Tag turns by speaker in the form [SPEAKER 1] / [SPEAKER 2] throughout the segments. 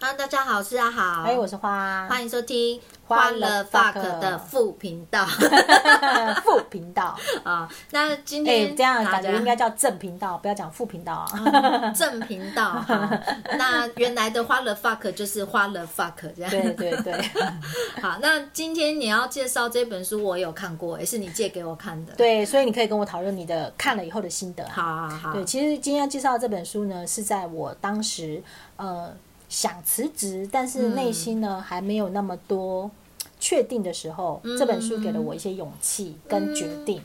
[SPEAKER 1] 哈，大家好，我是阿豪，
[SPEAKER 2] 哎，我是花，
[SPEAKER 1] 欢迎收听
[SPEAKER 2] 花
[SPEAKER 1] 了
[SPEAKER 2] 了
[SPEAKER 1] fuck
[SPEAKER 2] fuck
[SPEAKER 1] 的副频 道
[SPEAKER 2] 副频道。
[SPEAKER 1] 啊。那今
[SPEAKER 2] 哎、
[SPEAKER 1] 天
[SPEAKER 2] 这样
[SPEAKER 1] 大
[SPEAKER 2] 感觉
[SPEAKER 1] 家
[SPEAKER 2] 应该叫正频道，不要讲副频道啊。
[SPEAKER 1] 哦正频道哈。那原来的花了 fuck 就是花了 fuck 这样。
[SPEAKER 2] 对对对，
[SPEAKER 1] 好，那今天你要介绍这本书，我有看过，也是你借给我看的。，
[SPEAKER 2] 对，所以你可以跟我讨论你的看了以后的心得啊。
[SPEAKER 1] 好好好
[SPEAKER 2] 对，，其实今天要介绍的这本书呢，是在我当时呃想辞职，但是内
[SPEAKER 1] 嗯
[SPEAKER 2] 心呢、还没有那么多确定的时候，这本书给了我一些勇气跟决定。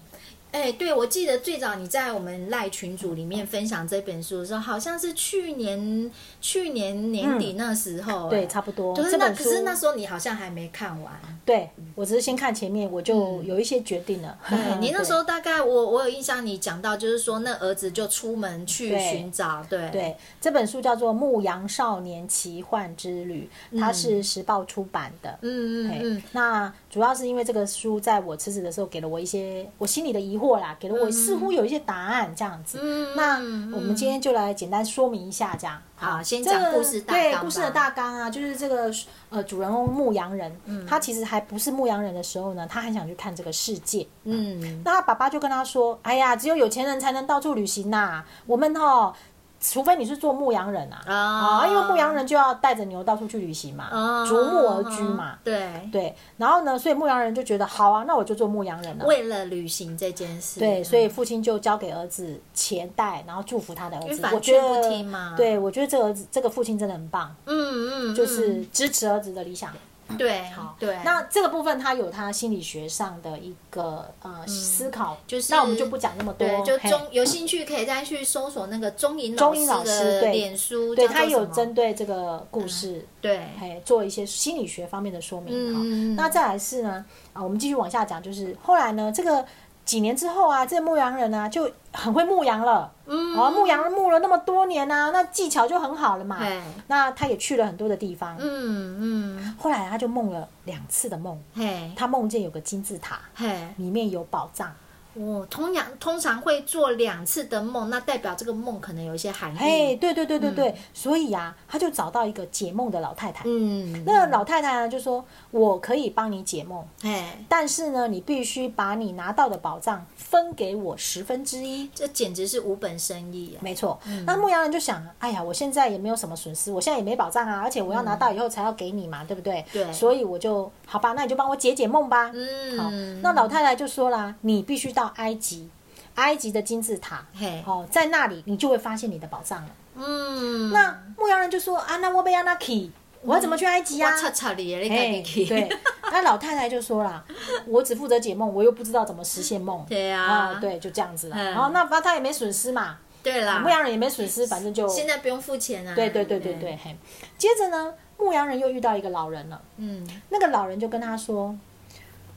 [SPEAKER 1] 哎，对，我记得最早你在我们赖群组里面分享这本书的时候，好像是去年去年年底那时候，
[SPEAKER 2] 嗯对，
[SPEAKER 1] 哎
[SPEAKER 2] 差不多。
[SPEAKER 1] 可是
[SPEAKER 2] 这
[SPEAKER 1] 那
[SPEAKER 2] 本
[SPEAKER 1] 可
[SPEAKER 2] 书
[SPEAKER 1] 是那时候你好像还没看完，
[SPEAKER 2] 对我只是先看前面，我就有一些决定了。
[SPEAKER 1] 嗯 对 你那时候大概我我有印象，你讲到就是说那儿子就出门去
[SPEAKER 2] 对
[SPEAKER 1] 寻找，对
[SPEAKER 2] 对，这本书叫做《牧羊少年奇幻之旅》，它是时报出版的。
[SPEAKER 1] 嗯嗯
[SPEAKER 2] 嘿
[SPEAKER 1] 嗯，
[SPEAKER 2] 那主要是因为这个书在我辞职的时候给了我一些我心里的疑惑啦，给了我似乎有一些答案这样子。
[SPEAKER 1] 嗯
[SPEAKER 2] 那
[SPEAKER 1] 嗯
[SPEAKER 2] 我们今天就来简单说明一下，这样。
[SPEAKER 1] 好先
[SPEAKER 2] 这个
[SPEAKER 1] 讲故事大纲
[SPEAKER 2] 对
[SPEAKER 1] 吧
[SPEAKER 2] 故事的大纲啊，就是这个呃主人公牧羊人，
[SPEAKER 1] 嗯
[SPEAKER 2] 他其实还不是牧羊人的时候呢，他很想去看这个世界。
[SPEAKER 1] 嗯
[SPEAKER 2] 那他爸爸就跟他说：“哎呀，只有有钱人才能到处旅行呐、我们哦，除非你是做牧羊人啊，
[SPEAKER 1] 啊
[SPEAKER 2] 因为牧羊人就要带着牛到处去旅行嘛，
[SPEAKER 1] 哦
[SPEAKER 2] 逐牧而居
[SPEAKER 1] 啊
[SPEAKER 2] 嘛。
[SPEAKER 1] 对，
[SPEAKER 2] 对，然后呢，所以牧羊人就觉得好啊，那我就做牧羊人了、
[SPEAKER 1] 为了旅行这件事，
[SPEAKER 2] 对，所以父亲就交给儿子钱袋，然后祝福他的儿
[SPEAKER 1] 因为
[SPEAKER 2] 子。
[SPEAKER 1] 反
[SPEAKER 2] 我觉
[SPEAKER 1] 劝
[SPEAKER 2] 得
[SPEAKER 1] 不听嘛
[SPEAKER 2] 对我觉得这个儿子这个父亲真的很棒，
[SPEAKER 1] 嗯嗯，嗯
[SPEAKER 2] 就是支持儿子的理想。
[SPEAKER 1] 对，对，
[SPEAKER 2] 那这个部分他有他心理学上的一个呃、思考，
[SPEAKER 1] 嗯就是
[SPEAKER 2] 那我们就不讲那么多，
[SPEAKER 1] 对，就
[SPEAKER 2] 哦嘿
[SPEAKER 1] 中有兴趣可以再去搜索那个中银
[SPEAKER 2] 中英老
[SPEAKER 1] 师
[SPEAKER 2] 师
[SPEAKER 1] 的
[SPEAKER 2] 对
[SPEAKER 1] 脸书，
[SPEAKER 2] 对
[SPEAKER 1] 叫做
[SPEAKER 2] 他有
[SPEAKER 1] 什么嗯
[SPEAKER 2] 针对这个故事，
[SPEAKER 1] 对，
[SPEAKER 2] 哎、做一些心理学方面的说明哈、
[SPEAKER 1] 嗯
[SPEAKER 2] 那再来是呢，啊，我们继续往下讲，就是后来呢，这个几年之后啊，这个牧羊人啊就很会牧羊了，
[SPEAKER 1] 嗯
[SPEAKER 2] 哦，牧羊人牧了那么多年啊，那技巧就很好了嘛。
[SPEAKER 1] 嘿，
[SPEAKER 2] 那他也去了很多的地方，
[SPEAKER 1] 嗯嗯，
[SPEAKER 2] 后来他就梦了两次的梦，
[SPEAKER 1] 嘿，
[SPEAKER 2] 他梦见有个金字塔，
[SPEAKER 1] 嘿，
[SPEAKER 2] 里面有宝藏。
[SPEAKER 1] 我哦通常通常会做两次的梦，那代表这个梦可能有一些含
[SPEAKER 2] 嘿，
[SPEAKER 1] 义，
[SPEAKER 2] 对对对对对，所以啊，他就找到一个解梦的老太太。
[SPEAKER 1] 嗯，
[SPEAKER 2] 那老太太呢，啊就说：“我可以帮你解梦，
[SPEAKER 1] 嘿，
[SPEAKER 2] 但是呢，你必须把你拿到的宝藏分给我十分之一。
[SPEAKER 1] 这简直是无本生意啊”！
[SPEAKER 2] 没错，那牧羊人就想，哎呀，我现在也没有什么损失，我现在也没宝藏啊，而且我要拿到以后才要给你嘛，对不对？
[SPEAKER 1] 嗯对
[SPEAKER 2] 所以我就好吧，那你就帮我解解梦吧。好
[SPEAKER 1] 嗯，，
[SPEAKER 2] 那老太太就说啦，你必须到埃及，埃及的金字塔，
[SPEAKER 1] 嘿，
[SPEAKER 2] 哦，在那里你就会发现你的宝藏了。
[SPEAKER 1] 嗯，
[SPEAKER 2] 那牧羊人就说啊，那我被安娜 key，我要怎么去埃及呀、
[SPEAKER 1] 我擦擦你，你
[SPEAKER 2] 哎
[SPEAKER 1] 赶紧去，
[SPEAKER 2] 对，那老太太就说啦，我只负责解梦，我又不知道怎么实现 梦。
[SPEAKER 1] 对啊
[SPEAKER 2] 对，就这样子了。
[SPEAKER 1] 嗯啊
[SPEAKER 2] 然后那反正他也没损失嘛，
[SPEAKER 1] 对啦
[SPEAKER 2] 牧，羊人也没损失，反正就
[SPEAKER 1] 现在不用付钱啊，
[SPEAKER 2] 对对对对
[SPEAKER 1] 嗯，
[SPEAKER 2] 对。嘿，接着呢，牧羊人又遇到一个老人了，
[SPEAKER 1] 嗯，
[SPEAKER 2] 那个老人就跟他说：“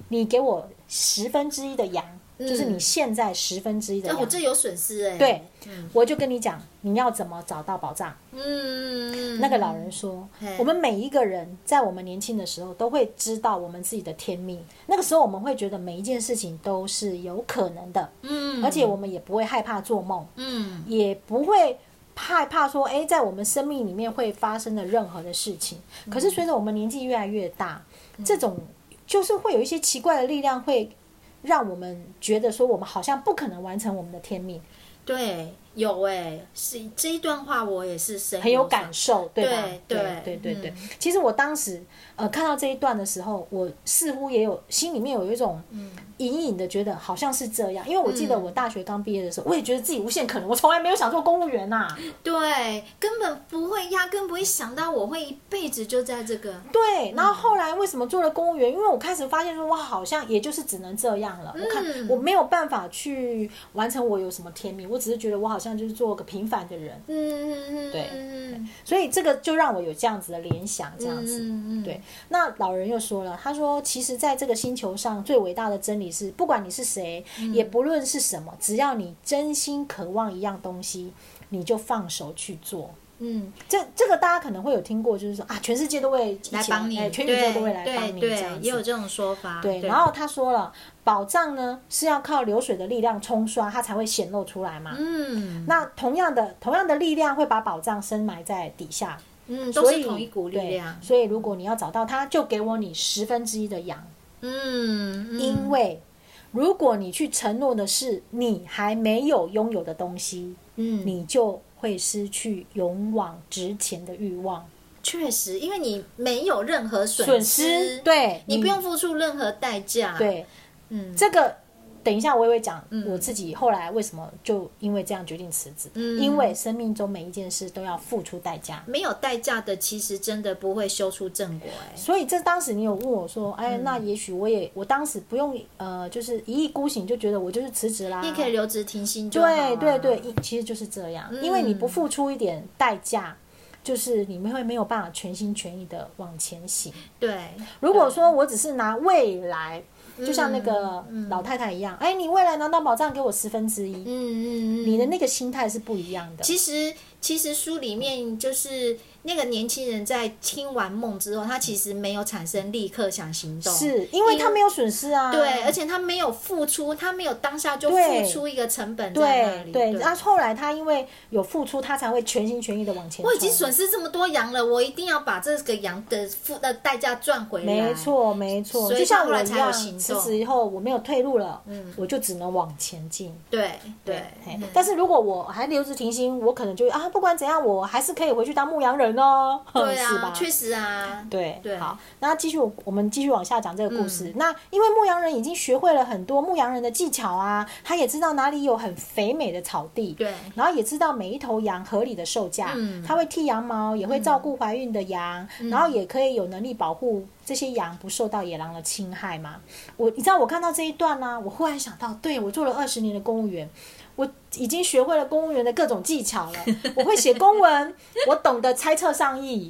[SPEAKER 2] 你给我十分之一的羊，就是你现在十分之一的
[SPEAKER 1] 那
[SPEAKER 2] 羊，
[SPEAKER 1] 嗯哦我这有损失哎，
[SPEAKER 2] 对
[SPEAKER 1] 嗯，
[SPEAKER 2] 我就跟你讲，你要怎么找到宝藏。”
[SPEAKER 1] 嗯嗯，
[SPEAKER 2] 那个老人说
[SPEAKER 1] 嘿：“
[SPEAKER 2] 我们每一个人在我们年轻的时候，都会知道我们自己的天命。那个时候，我们会觉得每一件事情都是有可能的，
[SPEAKER 1] 嗯，嗯，
[SPEAKER 2] 而且我们也不会害怕做梦，
[SPEAKER 1] 嗯
[SPEAKER 2] 也不会害怕说，诶，在我们生命里面会发生的任何的事情。
[SPEAKER 1] 嗯
[SPEAKER 2] 可是随着我们年纪越来越大，这种就是会有一些奇怪的力量，会让我们觉得说，我们好像不可能完成我们的天命，
[SPEAKER 1] 对有哎、是这一段话我也是深
[SPEAKER 2] 很有
[SPEAKER 1] 所
[SPEAKER 2] 感受，对吧？
[SPEAKER 1] 对对
[SPEAKER 2] 对对对对
[SPEAKER 1] 嗯
[SPEAKER 2] 其实我当时呃看到这一段的时候，我似乎也有心里面有一种
[SPEAKER 1] 嗯
[SPEAKER 2] 隐隐的觉得好像是这样，因为我记得我大学刚毕业的时候，我也觉得自己无限可能，我从来没有想做公务员啊呐、
[SPEAKER 1] 对，根本不会，压根不会想到我会一辈子就在这个。
[SPEAKER 2] 对，然后
[SPEAKER 1] 嗯
[SPEAKER 2] 后来为什么做了公务员？因为我开始发现说，我好像也就是只能这样了。我看
[SPEAKER 1] 嗯
[SPEAKER 2] 我没有办法去完成我有什么天命，我只是觉得我好像就是做个平凡的人，
[SPEAKER 1] 嗯，
[SPEAKER 2] 对
[SPEAKER 1] 嗯
[SPEAKER 2] 所以这个就让我有这样子的联想，这样子。
[SPEAKER 1] 嗯嗯，
[SPEAKER 2] 对，那老人又说了，他说：“其实，在这个星球上，最伟大的真理是，不管你是谁，
[SPEAKER 1] 嗯
[SPEAKER 2] 也不论是什么，只要你真心渴望一样东西，你就放手去做。
[SPEAKER 1] 嗯，
[SPEAKER 2] 这”这个大家可能会有听过，就是说啊，全世界都会一起
[SPEAKER 1] 来帮你，
[SPEAKER 2] 哎全宇宙都会来
[SPEAKER 1] 对
[SPEAKER 2] 帮你这
[SPEAKER 1] 对
[SPEAKER 2] 样
[SPEAKER 1] 对，也有
[SPEAKER 2] 子。
[SPEAKER 1] 这种说法。
[SPEAKER 2] 对，然后他说了，宝藏呢是要靠流水的力量冲刷，它才会显露出来嘛。
[SPEAKER 1] 嗯，
[SPEAKER 2] 那同样的，同样的力量会把宝藏深埋在底下。
[SPEAKER 1] 嗯，都
[SPEAKER 2] 所
[SPEAKER 1] 是
[SPEAKER 2] 以
[SPEAKER 1] 同一股力
[SPEAKER 2] 对
[SPEAKER 1] 量，
[SPEAKER 2] 所以如果你要找到他，就给我你十分之一的羊，
[SPEAKER 1] 嗯，嗯
[SPEAKER 2] 因为如果你去承诺的是你还没有拥有的东西，
[SPEAKER 1] 嗯，
[SPEAKER 2] 你就会失去勇往直前的欲望，
[SPEAKER 1] 确实，因为你没有任何损
[SPEAKER 2] 损失。对
[SPEAKER 1] 你不用付出任何代价。，
[SPEAKER 2] 对
[SPEAKER 1] 嗯，
[SPEAKER 2] 这个。等一下，微微讲
[SPEAKER 1] 嗯
[SPEAKER 2] 我自己后来为什么就因为这样决定辞职，
[SPEAKER 1] 嗯
[SPEAKER 2] 因为生命中每一件事都要付出代价，
[SPEAKER 1] 没有代价的，其实真的不会修出正果、哎，
[SPEAKER 2] 所以这当时你有问我说，哎，
[SPEAKER 1] 嗯
[SPEAKER 2] 那也许我也我当时不用呃，就是一意孤行，就觉得我就是辞职啦。
[SPEAKER 1] 你也可以留职停薪就好啊嗯
[SPEAKER 2] 对
[SPEAKER 1] 了
[SPEAKER 2] 对对，，一其实就是这样，因为你不付出一点代价，就是你们会没有办法全心全意的往前行。
[SPEAKER 1] 对，
[SPEAKER 2] 如果说我只是拿未来，就像那个
[SPEAKER 1] 嗯嗯
[SPEAKER 2] 老太太一样，哎，你未来拿到保障给我十分之一，
[SPEAKER 1] 嗯嗯嗯，
[SPEAKER 2] 你的那个心态是不一样的。
[SPEAKER 1] 其实，其实书里面就是那个年轻人在听完梦之后，他其实没有产生立刻想行动，
[SPEAKER 2] 是因为他没有损失啊，
[SPEAKER 1] 对，而且他没有付出，他没有当下就
[SPEAKER 2] 对
[SPEAKER 1] 付出一个成本在那
[SPEAKER 2] 对
[SPEAKER 1] 里。
[SPEAKER 2] 对，那后来他因为有付出，他才会全心全意的往前冲。
[SPEAKER 1] 我已经损失这么多羊了，我一定要把这个羊的付的代价赚回来。
[SPEAKER 2] 没，错，没错，
[SPEAKER 1] 所以
[SPEAKER 2] 就像
[SPEAKER 1] 后
[SPEAKER 2] 我
[SPEAKER 1] 来
[SPEAKER 2] 一
[SPEAKER 1] 才有
[SPEAKER 2] 样，
[SPEAKER 1] 行
[SPEAKER 2] 辞
[SPEAKER 1] 动
[SPEAKER 2] 职以后我没有退路了，我就只能往前进。
[SPEAKER 1] 对对嗯
[SPEAKER 2] 嘿，但是如果我还留职停薪，我可能就啊，不管怎样，我还是可以回去当牧羊人哦，
[SPEAKER 1] 对
[SPEAKER 2] 是
[SPEAKER 1] 啊
[SPEAKER 2] 吧，？
[SPEAKER 1] 确实啊，
[SPEAKER 2] 对
[SPEAKER 1] 对嗯
[SPEAKER 2] 好，那继续我们继续往下讲这个故事。那因为牧羊人已经学会了很多牧羊人的技巧啊，他也知道哪里有很肥美的草地，
[SPEAKER 1] 对
[SPEAKER 2] 然后也知道每一头羊合理的售价，
[SPEAKER 1] 嗯
[SPEAKER 2] 他会剃羊毛，也会照顾怀孕的羊，然后也可以有能力保护这些羊不受到野狼的侵害嘛。我你知道我看到这一段呢、我忽然想到，对我做了二十年的公务员。我已经学会了公务员的各种技巧了， 我会写公文，我懂得猜测 上意，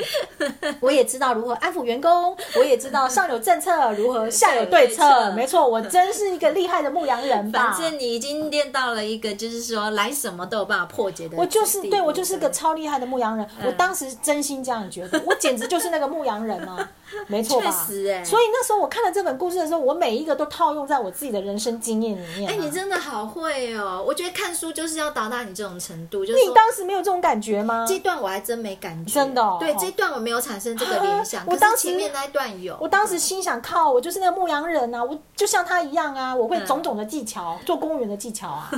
[SPEAKER 2] 我也知道如何安抚员工，我也知道上有政策如何下有
[SPEAKER 1] 下有对
[SPEAKER 2] 对
[SPEAKER 1] 策
[SPEAKER 2] 策。没错，我真是一个厉害的牧羊人 吧。
[SPEAKER 1] 反正你已经练到了一个，就是说来什么都有办法破解的地嗯步。
[SPEAKER 2] 我就是对我就是个
[SPEAKER 1] 对
[SPEAKER 2] 超厉害的牧羊人，我当时真心这样觉得，我简直就是那个牧羊人 啊，没错吧？
[SPEAKER 1] 确实欸
[SPEAKER 2] 所以那时候我看了这本故事的时候，我每一个都套用在我自己的人生经验里面、啊。
[SPEAKER 1] 哎、你真的好会哦！我觉得看书就是要达到你这种程度，就是
[SPEAKER 2] 你
[SPEAKER 1] 说
[SPEAKER 2] 当时没有这种感觉吗？
[SPEAKER 1] 这一段我还真没感觉，
[SPEAKER 2] 真的哦
[SPEAKER 1] 对
[SPEAKER 2] 哦
[SPEAKER 1] 这一段我没有产生这个联想，
[SPEAKER 2] 啊
[SPEAKER 1] 可
[SPEAKER 2] 我
[SPEAKER 1] 是
[SPEAKER 2] 当时
[SPEAKER 1] 前面那一段有，
[SPEAKER 2] 我当时心想，靠，我就是那个牧羊人啊，我就像他一样啊，我
[SPEAKER 1] 嗯
[SPEAKER 2] 会种种的技巧，做公务员的技巧啊，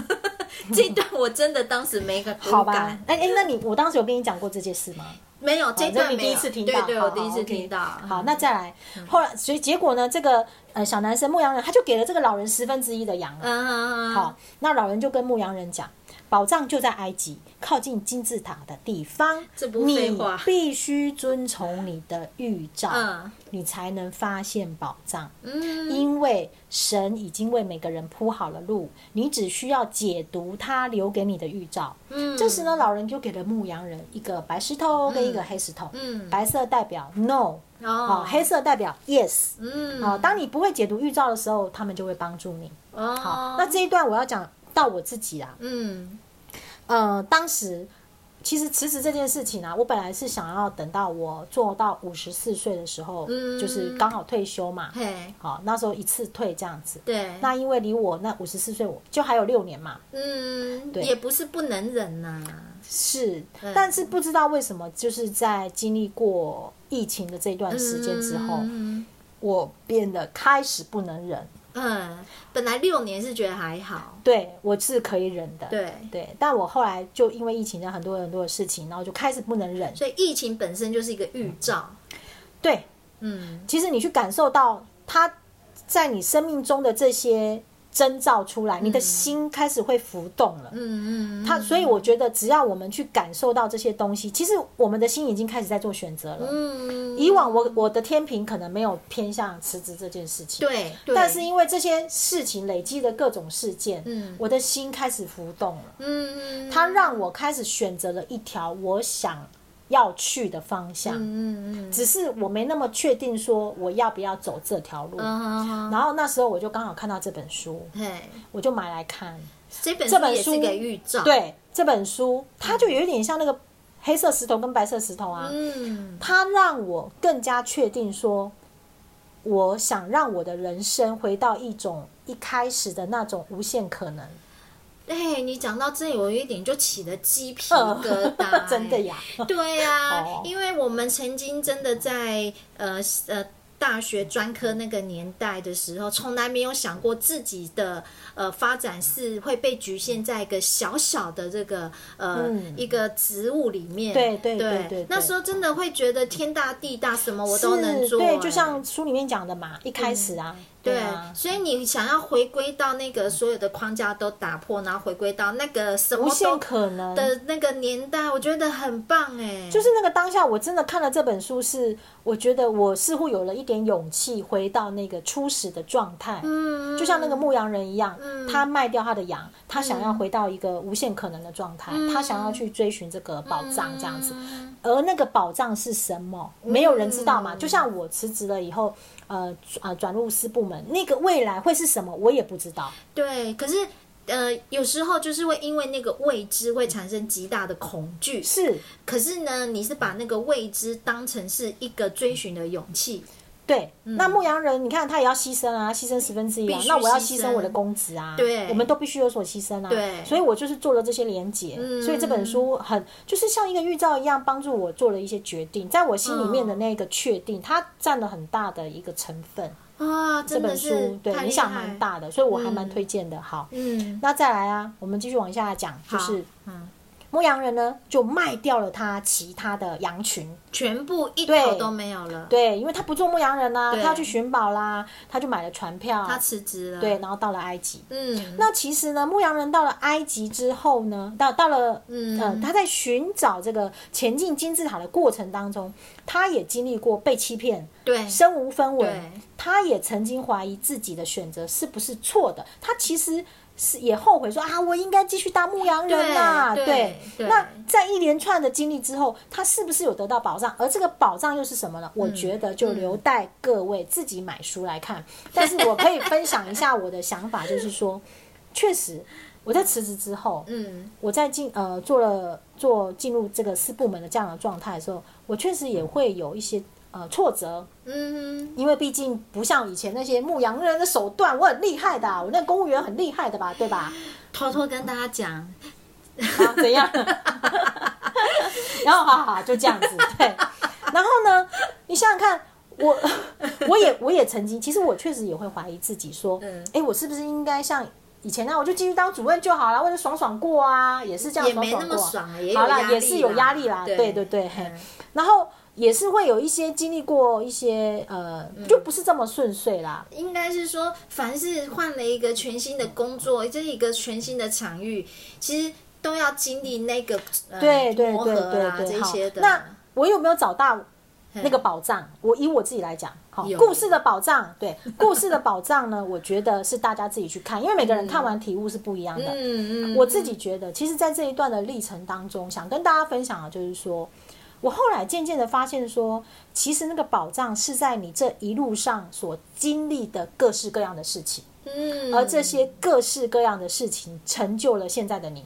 [SPEAKER 1] 这一段我真的当时没个
[SPEAKER 2] 好
[SPEAKER 1] 无
[SPEAKER 2] 吧
[SPEAKER 1] 感？
[SPEAKER 2] 哎哎，那你我当时有跟你讲过这件事吗？
[SPEAKER 1] 没有这一
[SPEAKER 2] 哦这
[SPEAKER 1] 段
[SPEAKER 2] 是你
[SPEAKER 1] 没
[SPEAKER 2] 第
[SPEAKER 1] 有
[SPEAKER 2] 一次听到，
[SPEAKER 1] 对对，
[SPEAKER 2] 好
[SPEAKER 1] 我第一次
[SPEAKER 2] OK
[SPEAKER 1] 听到。嗯
[SPEAKER 2] 好，那再来，后来所以结果呢，这个呃小男生牧羊人他就给了这个老人十分之一的羊了。啊
[SPEAKER 1] 嗯嗯，嗯
[SPEAKER 2] 好，，那老人就跟牧羊人讲，宝藏就在埃及靠近金字塔的地方，
[SPEAKER 1] 这不废话
[SPEAKER 2] 你必须遵从你的预兆，
[SPEAKER 1] 嗯
[SPEAKER 2] 你才能发现宝藏。
[SPEAKER 1] 嗯
[SPEAKER 2] 因为神已经为每个人铺好了路，你只需要解读他留给你的预兆。
[SPEAKER 1] 嗯，
[SPEAKER 2] 这时呢，老人就给了牧羊人一个白石头跟一个黑石头，
[SPEAKER 1] 嗯
[SPEAKER 2] 白色代表 no，
[SPEAKER 1] 哦
[SPEAKER 2] 哦，黑色代表 yes。
[SPEAKER 1] 嗯
[SPEAKER 2] 哦，当你不会解读预兆的时候，他们就会帮助你。
[SPEAKER 1] 哦，
[SPEAKER 2] 好，那这一段我要讲到我自己啊，
[SPEAKER 1] 嗯
[SPEAKER 2] 呃，当时其实辞职这件事情啊，我本来是想要等到我做到五十四岁的时候，
[SPEAKER 1] 嗯
[SPEAKER 2] 就是刚好退休嘛，
[SPEAKER 1] 嘿
[SPEAKER 2] 好，那时候一次退这样子。
[SPEAKER 1] 对，
[SPEAKER 2] 那因为离我那五十四岁，我就还有六年嘛，
[SPEAKER 1] 嗯
[SPEAKER 2] 对
[SPEAKER 1] 也不是不能忍呐，
[SPEAKER 2] 是
[SPEAKER 1] 嗯，
[SPEAKER 2] 但是不知道为什么，就是在经历过疫情的这段时间之后，
[SPEAKER 1] 嗯
[SPEAKER 2] 我变得开始不能忍。
[SPEAKER 1] 嗯，本来六年是觉得还好，
[SPEAKER 2] 对我是可以忍的，
[SPEAKER 1] 对
[SPEAKER 2] 对，但我后来就因为疫情的很多很多的事情，然后就开始不能忍。
[SPEAKER 1] 所以疫情本身就是一个预兆，
[SPEAKER 2] 对，
[SPEAKER 1] 嗯
[SPEAKER 2] 其实你去感受到它在你生命中的这些征兆出来，你的心开始会浮动了。
[SPEAKER 1] 嗯嗯嗯，
[SPEAKER 2] 它，所以我觉得只要我们去感受到这些东西，其实我们的心已经开始在做选择了。
[SPEAKER 1] 嗯
[SPEAKER 2] 以往我我的天平可能没有偏向辞职这件事情，
[SPEAKER 1] 对，对
[SPEAKER 2] 但是因为这些事情累积的各种事件，
[SPEAKER 1] 嗯
[SPEAKER 2] 我的心开始浮动了。
[SPEAKER 1] 嗯嗯
[SPEAKER 2] 它让我开始选择了一条我想要去的方向，
[SPEAKER 1] 嗯嗯嗯
[SPEAKER 2] 只是我没那么确定说我要不要走这条路。
[SPEAKER 1] 嗯，
[SPEAKER 2] 然后那时候我就刚好看到这本书，
[SPEAKER 1] 嘿，
[SPEAKER 2] 我就买来看。
[SPEAKER 1] 这本
[SPEAKER 2] 这
[SPEAKER 1] 书
[SPEAKER 2] 本
[SPEAKER 1] 也是
[SPEAKER 2] 书
[SPEAKER 1] 个预兆，，
[SPEAKER 2] 对这本书，它就有一点像那个黑色石头跟白色石头啊，
[SPEAKER 1] 嗯
[SPEAKER 2] 它让我更加确定说，我想让我的人生回到一种一开始的那种无限可能。
[SPEAKER 1] 哎，你讲到这里，我有一点就起了鸡皮疙瘩、哎
[SPEAKER 2] 呃 真的呀？
[SPEAKER 1] 对呀、
[SPEAKER 2] 哦
[SPEAKER 1] 因为我们曾经真的在呃呃大学专科那个年代的时候，从来没有想过自己的呃发展是会被局限在一个小小的这个呃、
[SPEAKER 2] 嗯
[SPEAKER 1] 一个职务里面。
[SPEAKER 2] 对对
[SPEAKER 1] 对
[SPEAKER 2] 对对
[SPEAKER 1] 那时候真的会觉得天大地大，什么我都
[SPEAKER 2] 是
[SPEAKER 1] 能做、
[SPEAKER 2] 对，
[SPEAKER 1] 哎嗯
[SPEAKER 2] 就像书里面讲的嘛，一开始啊，
[SPEAKER 1] 对
[SPEAKER 2] 啊，
[SPEAKER 1] 所以你想要回归到那个所有的框架都打破，然后回归到那个什么
[SPEAKER 2] 无
[SPEAKER 1] 都
[SPEAKER 2] 限可能。
[SPEAKER 1] 的那个年代，我觉得很棒哎。
[SPEAKER 2] 就是那个当下，我真的看了这本书是，我觉得我似乎有了一点勇气，回到那个初始的状态。
[SPEAKER 1] 嗯，
[SPEAKER 2] 就像那个牧羊人一样，
[SPEAKER 1] 嗯
[SPEAKER 2] 他卖掉他的羊，他想要回到一个无限可能的状态，
[SPEAKER 1] 嗯
[SPEAKER 2] 他想要去追寻这个宝藏这样子。
[SPEAKER 1] 嗯
[SPEAKER 2] 而那个宝藏是什么，没有人知道嘛。就
[SPEAKER 1] 嗯
[SPEAKER 2] 像我辞职了以后，呃啊转入私部门，那个未来会是什么，我也不知道。
[SPEAKER 1] 对，可是。呃，有时候就是会因为那个未知会产生极大的恐惧，
[SPEAKER 2] 是
[SPEAKER 1] 可是呢，你是把那个未知当成是一个追寻的勇气，
[SPEAKER 2] 对，那牧羊人，你看他也要牺牲啊，牺牲十分之一啊
[SPEAKER 1] 嗯必。须
[SPEAKER 2] 那我要
[SPEAKER 1] 牺
[SPEAKER 2] 牺
[SPEAKER 1] 牲
[SPEAKER 2] 牲我的公职啊，
[SPEAKER 1] 对
[SPEAKER 2] 我们都必须有所牺牲啊。
[SPEAKER 1] 对
[SPEAKER 2] 所以我就是做了这些连结，
[SPEAKER 1] 嗯
[SPEAKER 2] 所以这本书很就是像一个预兆一样，帮助我做了一些决定，在我心里面的那个确
[SPEAKER 1] 嗯
[SPEAKER 2] 定，它占了很大的一个成分。
[SPEAKER 1] 啊，
[SPEAKER 2] 这
[SPEAKER 1] 真
[SPEAKER 2] 本
[SPEAKER 1] 的是
[SPEAKER 2] 书对
[SPEAKER 1] 太
[SPEAKER 2] 影
[SPEAKER 1] 厉
[SPEAKER 2] 响
[SPEAKER 1] 害
[SPEAKER 2] 蛮，大的，所以我还蛮推荐的。好，
[SPEAKER 1] 嗯，
[SPEAKER 2] 那再来啊，我们继续往下讲，就
[SPEAKER 1] 好
[SPEAKER 2] 是
[SPEAKER 1] 嗯，
[SPEAKER 2] 牧羊人呢就卖掉了他其他的羊群，
[SPEAKER 1] 全部一
[SPEAKER 2] 对
[SPEAKER 1] 头都没有了，
[SPEAKER 2] 对，因为他不做牧羊人啦、
[SPEAKER 1] 对
[SPEAKER 2] 他要去寻宝啦，他就买了船票，啊
[SPEAKER 1] 他辞职了，
[SPEAKER 2] 对，，然后到了埃及。
[SPEAKER 1] 嗯，
[SPEAKER 2] 那其实呢，牧羊人到了埃及之后呢，到到了，
[SPEAKER 1] 嗯
[SPEAKER 2] 呃，他在寻找这个前进金字塔的过程当中，他也经历过被欺骗，
[SPEAKER 1] 对，
[SPEAKER 2] 身无分文
[SPEAKER 1] 对，
[SPEAKER 2] 他也曾经怀疑自己的选择是不是错的，他其实是也后悔说啊，我应该继续当牧羊人呐、
[SPEAKER 1] 对
[SPEAKER 2] 对
[SPEAKER 1] 对，对
[SPEAKER 2] 那在一连串的经历之后，他是不是有得到保障？而这个保障又是什么呢？
[SPEAKER 1] 嗯
[SPEAKER 2] 我觉得就留待各位自己买书来看。但是我可以分享一下我的想法，就是说，确实我在辞职之后，
[SPEAKER 1] 嗯，
[SPEAKER 2] 我在进呃做了做进入这个四部门的这样的状态的时候，我确实也会有一些呃挫折，
[SPEAKER 1] 嗯，
[SPEAKER 2] 因为毕竟不像以前那些牧羊人的手段，我很厉害的啊、我那公务员很厉害的吧，对吧？
[SPEAKER 1] 偷偷跟大家讲，
[SPEAKER 2] 啊，怎样？然后，好好好，就这样 子，对。然后呢，你想想看，我我也我也曾经，其实我确实也会怀疑自己，说，哎、
[SPEAKER 1] 嗯
[SPEAKER 2] 我是不是应该像以前那样，我就继续当主任就好了，我就爽爽过啊，也是这样
[SPEAKER 1] 也
[SPEAKER 2] 爽
[SPEAKER 1] 没
[SPEAKER 2] 爽
[SPEAKER 1] 那么
[SPEAKER 2] 过啊。
[SPEAKER 1] 爽啊，也有
[SPEAKER 2] 好
[SPEAKER 1] 压
[SPEAKER 2] 啦，
[SPEAKER 1] 力，
[SPEAKER 2] 也是有压力啦，对对对。嘿
[SPEAKER 1] 嗯
[SPEAKER 2] 然后也是会有一些经历过一些呃，
[SPEAKER 1] 嗯
[SPEAKER 2] 就不是这么顺遂啦。
[SPEAKER 1] 应该是说，凡是换了一个全新的工作，这一个全新的场域，其实都要经历那个、呃、
[SPEAKER 2] 对对
[SPEAKER 1] 磨
[SPEAKER 2] 对
[SPEAKER 1] 合
[SPEAKER 2] 对
[SPEAKER 1] 啊
[SPEAKER 2] 对，
[SPEAKER 1] 这
[SPEAKER 2] 好
[SPEAKER 1] 些的。
[SPEAKER 2] 那我有没有找到
[SPEAKER 1] 嘿
[SPEAKER 2] 那个宝藏？我以我自己来讲，好，
[SPEAKER 1] 有
[SPEAKER 2] 故事的宝藏，对故事的宝藏呢，我觉得是大家自己去看，因为每个人看完体悟是不一样的。
[SPEAKER 1] 嗯嗯，
[SPEAKER 2] 我自己觉得，其实，在这一段的历程当中，想跟大家分享的就是说，我后来渐渐的发现说，其实那个宝藏是在你这一路上所经历的各式各样的事情，
[SPEAKER 1] 嗯，
[SPEAKER 2] 而这些各式各样的事情成就了现在的
[SPEAKER 1] 嗯
[SPEAKER 2] 你。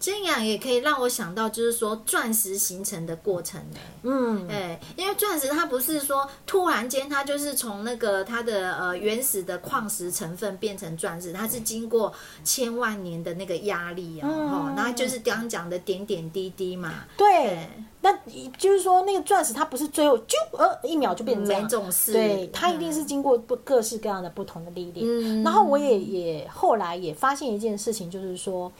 [SPEAKER 1] 这样也可以让我想到，就是说钻石形成的过程呢、
[SPEAKER 2] 嗯，
[SPEAKER 1] 哎，因为钻石它不是说突然间它就是从那个它的呃原始的矿石成分变成钻石，它是经过千万年的那个压力哦，
[SPEAKER 2] 嗯
[SPEAKER 1] 吼然后就是刚刚讲的点点滴滴嘛，哎
[SPEAKER 2] 对
[SPEAKER 1] 对，，
[SPEAKER 2] 那就是说，那个钻石它不是最后就呃一秒就变成这
[SPEAKER 1] 没
[SPEAKER 2] 样，
[SPEAKER 1] 重视，
[SPEAKER 2] 对，它一定是经过不各式各样的不同的历练。
[SPEAKER 1] 嗯
[SPEAKER 2] 然后我也也后来也发现一件事情，就是说，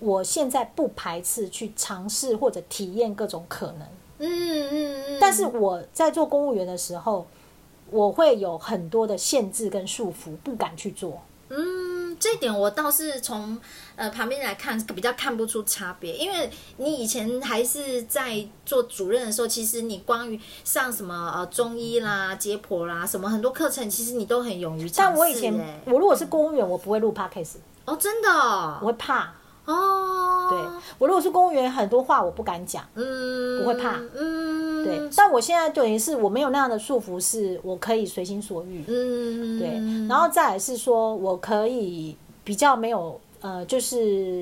[SPEAKER 2] 我现在不排斥去尝试或者体验各种可能，
[SPEAKER 1] 嗯嗯嗯，
[SPEAKER 2] 但是我在做公务员的时候，我会有很多的限制跟束缚，不敢去做。
[SPEAKER 1] 嗯，这点我倒是从呃旁边来看比较看不出差别，因为你以前还是在做主任的时候，其实你关于上什么呃中医啦、解剖啦什么很多课程，其实你都很勇于尝
[SPEAKER 2] 但
[SPEAKER 1] 试、欸。
[SPEAKER 2] 我以前，我如果是公务员，我不会录 podcast，
[SPEAKER 1] 哦，真的
[SPEAKER 2] 我
[SPEAKER 1] 哦，
[SPEAKER 2] 会怕。对
[SPEAKER 1] 哦，
[SPEAKER 2] 我如果是公务员，很多话我不敢讲。
[SPEAKER 1] 对，嗯，
[SPEAKER 2] 我会怕
[SPEAKER 1] 嗯，
[SPEAKER 2] 对，但我现在等于是我没有那样的束缚，是我可以随心所欲。
[SPEAKER 1] 嗯，
[SPEAKER 2] 对，然后再来是说我可以比较没有呃，就是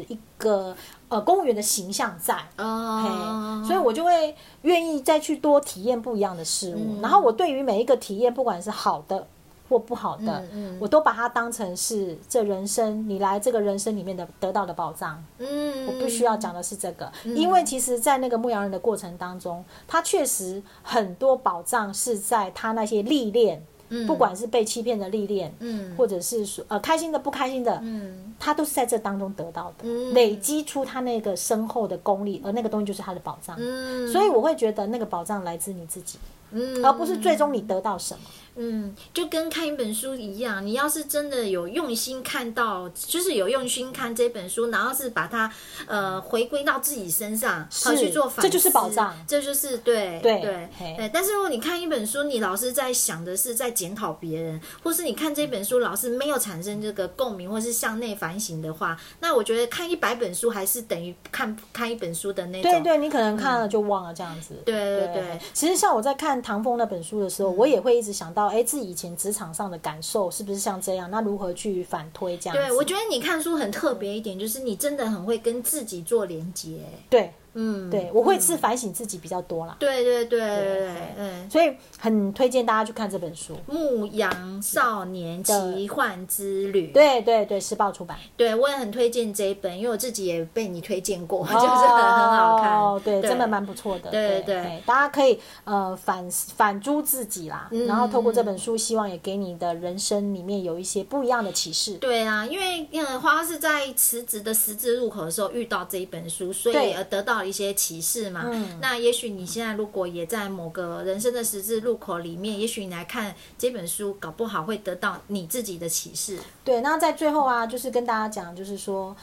[SPEAKER 2] 一个呃公务员的形象在。嘿
[SPEAKER 1] 哦，
[SPEAKER 2] 所以我就会愿意再去多体验不一样的事物，
[SPEAKER 1] 嗯
[SPEAKER 2] 然后我对于每一个体验，不管是好的或不好的，
[SPEAKER 1] 嗯嗯
[SPEAKER 2] 我都把它当成是这人生你来这个人生里面的得到的宝藏。
[SPEAKER 1] 嗯，
[SPEAKER 2] 我必须要讲的是这个，因为其实，在那个牧羊人的过程当中，他确实很多宝藏是在他那些历练，
[SPEAKER 1] 嗯，
[SPEAKER 2] 不管是被欺骗的历练，
[SPEAKER 1] 嗯
[SPEAKER 2] 或者是说呃开心的、不开心的，
[SPEAKER 1] 嗯
[SPEAKER 2] 他都是在这当中得到的，
[SPEAKER 1] 嗯
[SPEAKER 2] 累积出他那个深厚的功力，而那个东西就是他的宝藏。
[SPEAKER 1] 嗯，
[SPEAKER 2] 所以我会觉得那个宝藏来自你自己，
[SPEAKER 1] 嗯
[SPEAKER 2] 而不是最终你得到什么。
[SPEAKER 1] 嗯，就跟看一本书一样，你要是真的有用心看到，就是有用心看这本书，然后是把它呃回归到自己身上，
[SPEAKER 2] 是
[SPEAKER 1] 好去做反思，
[SPEAKER 2] 这就是宝藏
[SPEAKER 1] 这就是对
[SPEAKER 2] 对
[SPEAKER 1] 对
[SPEAKER 2] 嘿
[SPEAKER 1] 对。但是如果你看一本书，你老是在想的是在检讨别人，或是你看这本书老是没有产生这个共鸣，或是向内反省的话，那我觉得看一百本书还是等于看看一本书的那种。
[SPEAKER 2] 对对，你可
[SPEAKER 1] 嗯
[SPEAKER 2] 能看了就忘了这样子。
[SPEAKER 1] 对对对，嗯
[SPEAKER 2] 其实像我在看唐凤那本书的时候，我也会一直想到，哎，自己以前职场上的感受是不是像这样？那如何去反推这样子？
[SPEAKER 1] 对，我觉得你看书很特别一点，就是你真的很会跟自己做连接。
[SPEAKER 2] 对
[SPEAKER 1] 嗯，
[SPEAKER 2] 对，我会是反省自己比较多啦，
[SPEAKER 1] 对对对对对
[SPEAKER 2] 对，
[SPEAKER 1] 嗯，
[SPEAKER 2] 所以很推荐大家去看这本书。
[SPEAKER 1] 《牧羊少年奇幻之旅》对，
[SPEAKER 2] 对对对，时报出版，
[SPEAKER 1] 我也很推荐这一本，因为我自己也被你推荐过， 就是很很好看。
[SPEAKER 2] 哦，对，真的蛮不错的。
[SPEAKER 1] 对对
[SPEAKER 2] 对，大家可以呃反反诸自己啦，
[SPEAKER 1] 嗯
[SPEAKER 2] 然后透过这本书，希望也给你的人生里面有一些不一样的启示。
[SPEAKER 1] 对啊，因为嗯，花花是在辞职的十字路口的时候遇到这一本书，所以
[SPEAKER 2] 对
[SPEAKER 1] 呃得到了一些启示嘛。
[SPEAKER 2] 嗯
[SPEAKER 1] 那也许你现在如果也在某个人生的十字路口里面，也许你来看这本书，搞不好会得到你自己的启示。
[SPEAKER 2] 对，那在最后啊，就是跟大家讲，就是说，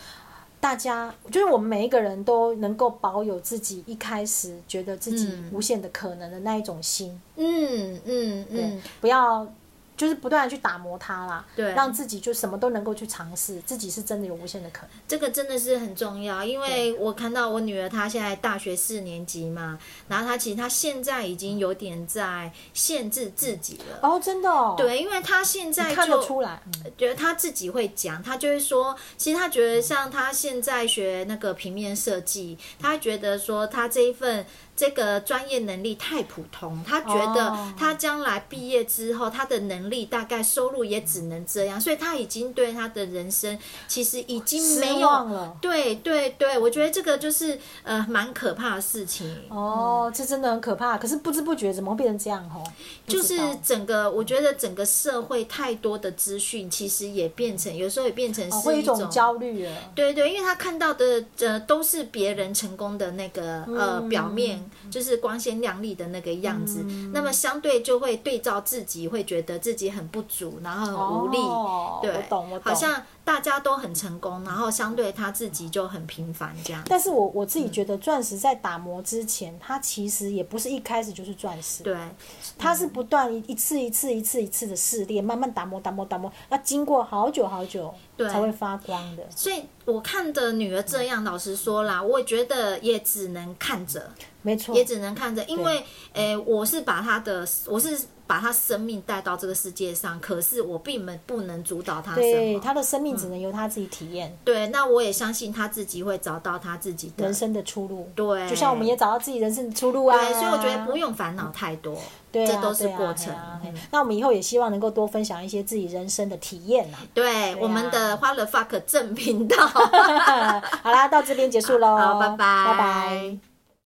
[SPEAKER 2] 大家就是我们每一个人都能够保有自己一开始觉得自己
[SPEAKER 1] 嗯
[SPEAKER 2] 无限的可能的那一种心，
[SPEAKER 1] 嗯嗯
[SPEAKER 2] 对，
[SPEAKER 1] 嗯，
[SPEAKER 2] 不要。就是不断的去打磨它啦，
[SPEAKER 1] 对
[SPEAKER 2] 让自己就什么都能够去尝试，自己是真的有无限的可能。
[SPEAKER 1] 这个真的是很重要，因为我看到我女儿她现在大学四年级嘛，然后她其实她现在已经有点在限制自己了。
[SPEAKER 2] 哦，真的哦，，
[SPEAKER 1] 对，因为她现在
[SPEAKER 2] 看得
[SPEAKER 1] 就
[SPEAKER 2] 出来，嗯
[SPEAKER 1] 觉得她自己会讲，她就会说，其实她觉得像她现在学那个平面设计，她觉得说她这一份这个专业能力太普通，她觉得
[SPEAKER 2] 哦
[SPEAKER 1] 她将来毕业之后，她的能力大概收入也只能这样，所以她已经对她的人生其实已经没
[SPEAKER 2] 失
[SPEAKER 1] 有嗯
[SPEAKER 2] 望了。
[SPEAKER 1] 对对对，我觉得这个就是呃蛮可怕的事情，
[SPEAKER 2] 哦，这真的很可怕。可是不知不觉怎么会变成这样哦？不
[SPEAKER 1] 就
[SPEAKER 2] 知
[SPEAKER 1] 是
[SPEAKER 2] 道
[SPEAKER 1] 整个我觉得整个社会太多的资讯，其实也变成有时候也变成
[SPEAKER 2] 哦，
[SPEAKER 1] 是
[SPEAKER 2] 会有一
[SPEAKER 1] 种。
[SPEAKER 2] 种焦虑了。
[SPEAKER 1] 对对，因为他看到的呃都是别人成功的那个
[SPEAKER 2] 嗯
[SPEAKER 1] 呃表面，就是光鲜亮丽的那个样子，
[SPEAKER 2] 嗯
[SPEAKER 1] 那么相对就会对照自己，会觉得自己很不足，然后很无力。
[SPEAKER 2] 哦
[SPEAKER 1] 对，
[SPEAKER 2] 我懂我懂
[SPEAKER 1] 好像大家都很成功，然后相对他自己就很平凡这样。
[SPEAKER 2] 但是我我自
[SPEAKER 1] 嗯
[SPEAKER 2] 己觉得，钻石在打磨之前，它其实也不是一开始就是钻石，
[SPEAKER 1] 对，
[SPEAKER 2] 它是不断一一次一次一次一次的试炼，慢慢打磨打磨打磨，要经过好久好久
[SPEAKER 1] 对
[SPEAKER 2] 才会发光的。
[SPEAKER 1] 所以我看的女儿这样，老实说啦，我觉得也只能看着，
[SPEAKER 2] 没错
[SPEAKER 1] 也，只能看着，因为诶、我是把她的，我是把她生命带到这个世界上，可是我并没不能主导她什
[SPEAKER 2] 对，
[SPEAKER 1] 么。
[SPEAKER 2] 他的生命只能由他自己体验
[SPEAKER 1] 对，那我也相信她自己会找到她自己的
[SPEAKER 2] 人。生的出路。
[SPEAKER 1] 对，
[SPEAKER 2] 就像我们啊也找到自己人生的出路啊，
[SPEAKER 1] 对，所以我觉得不用烦恼太多。
[SPEAKER 2] 对啊，
[SPEAKER 1] 这都是
[SPEAKER 2] 对啊
[SPEAKER 1] 过
[SPEAKER 2] 嘿
[SPEAKER 1] 程
[SPEAKER 2] 啊嘿
[SPEAKER 1] 嗯
[SPEAKER 2] 那我们以后也希望能够多分享一些自己人生的体验 啊呐、
[SPEAKER 1] 对，我们的花了 fuck 正频道。
[SPEAKER 2] 好啦，到这边结束喽，
[SPEAKER 1] 好，拜拜，
[SPEAKER 2] 哦拜拜。。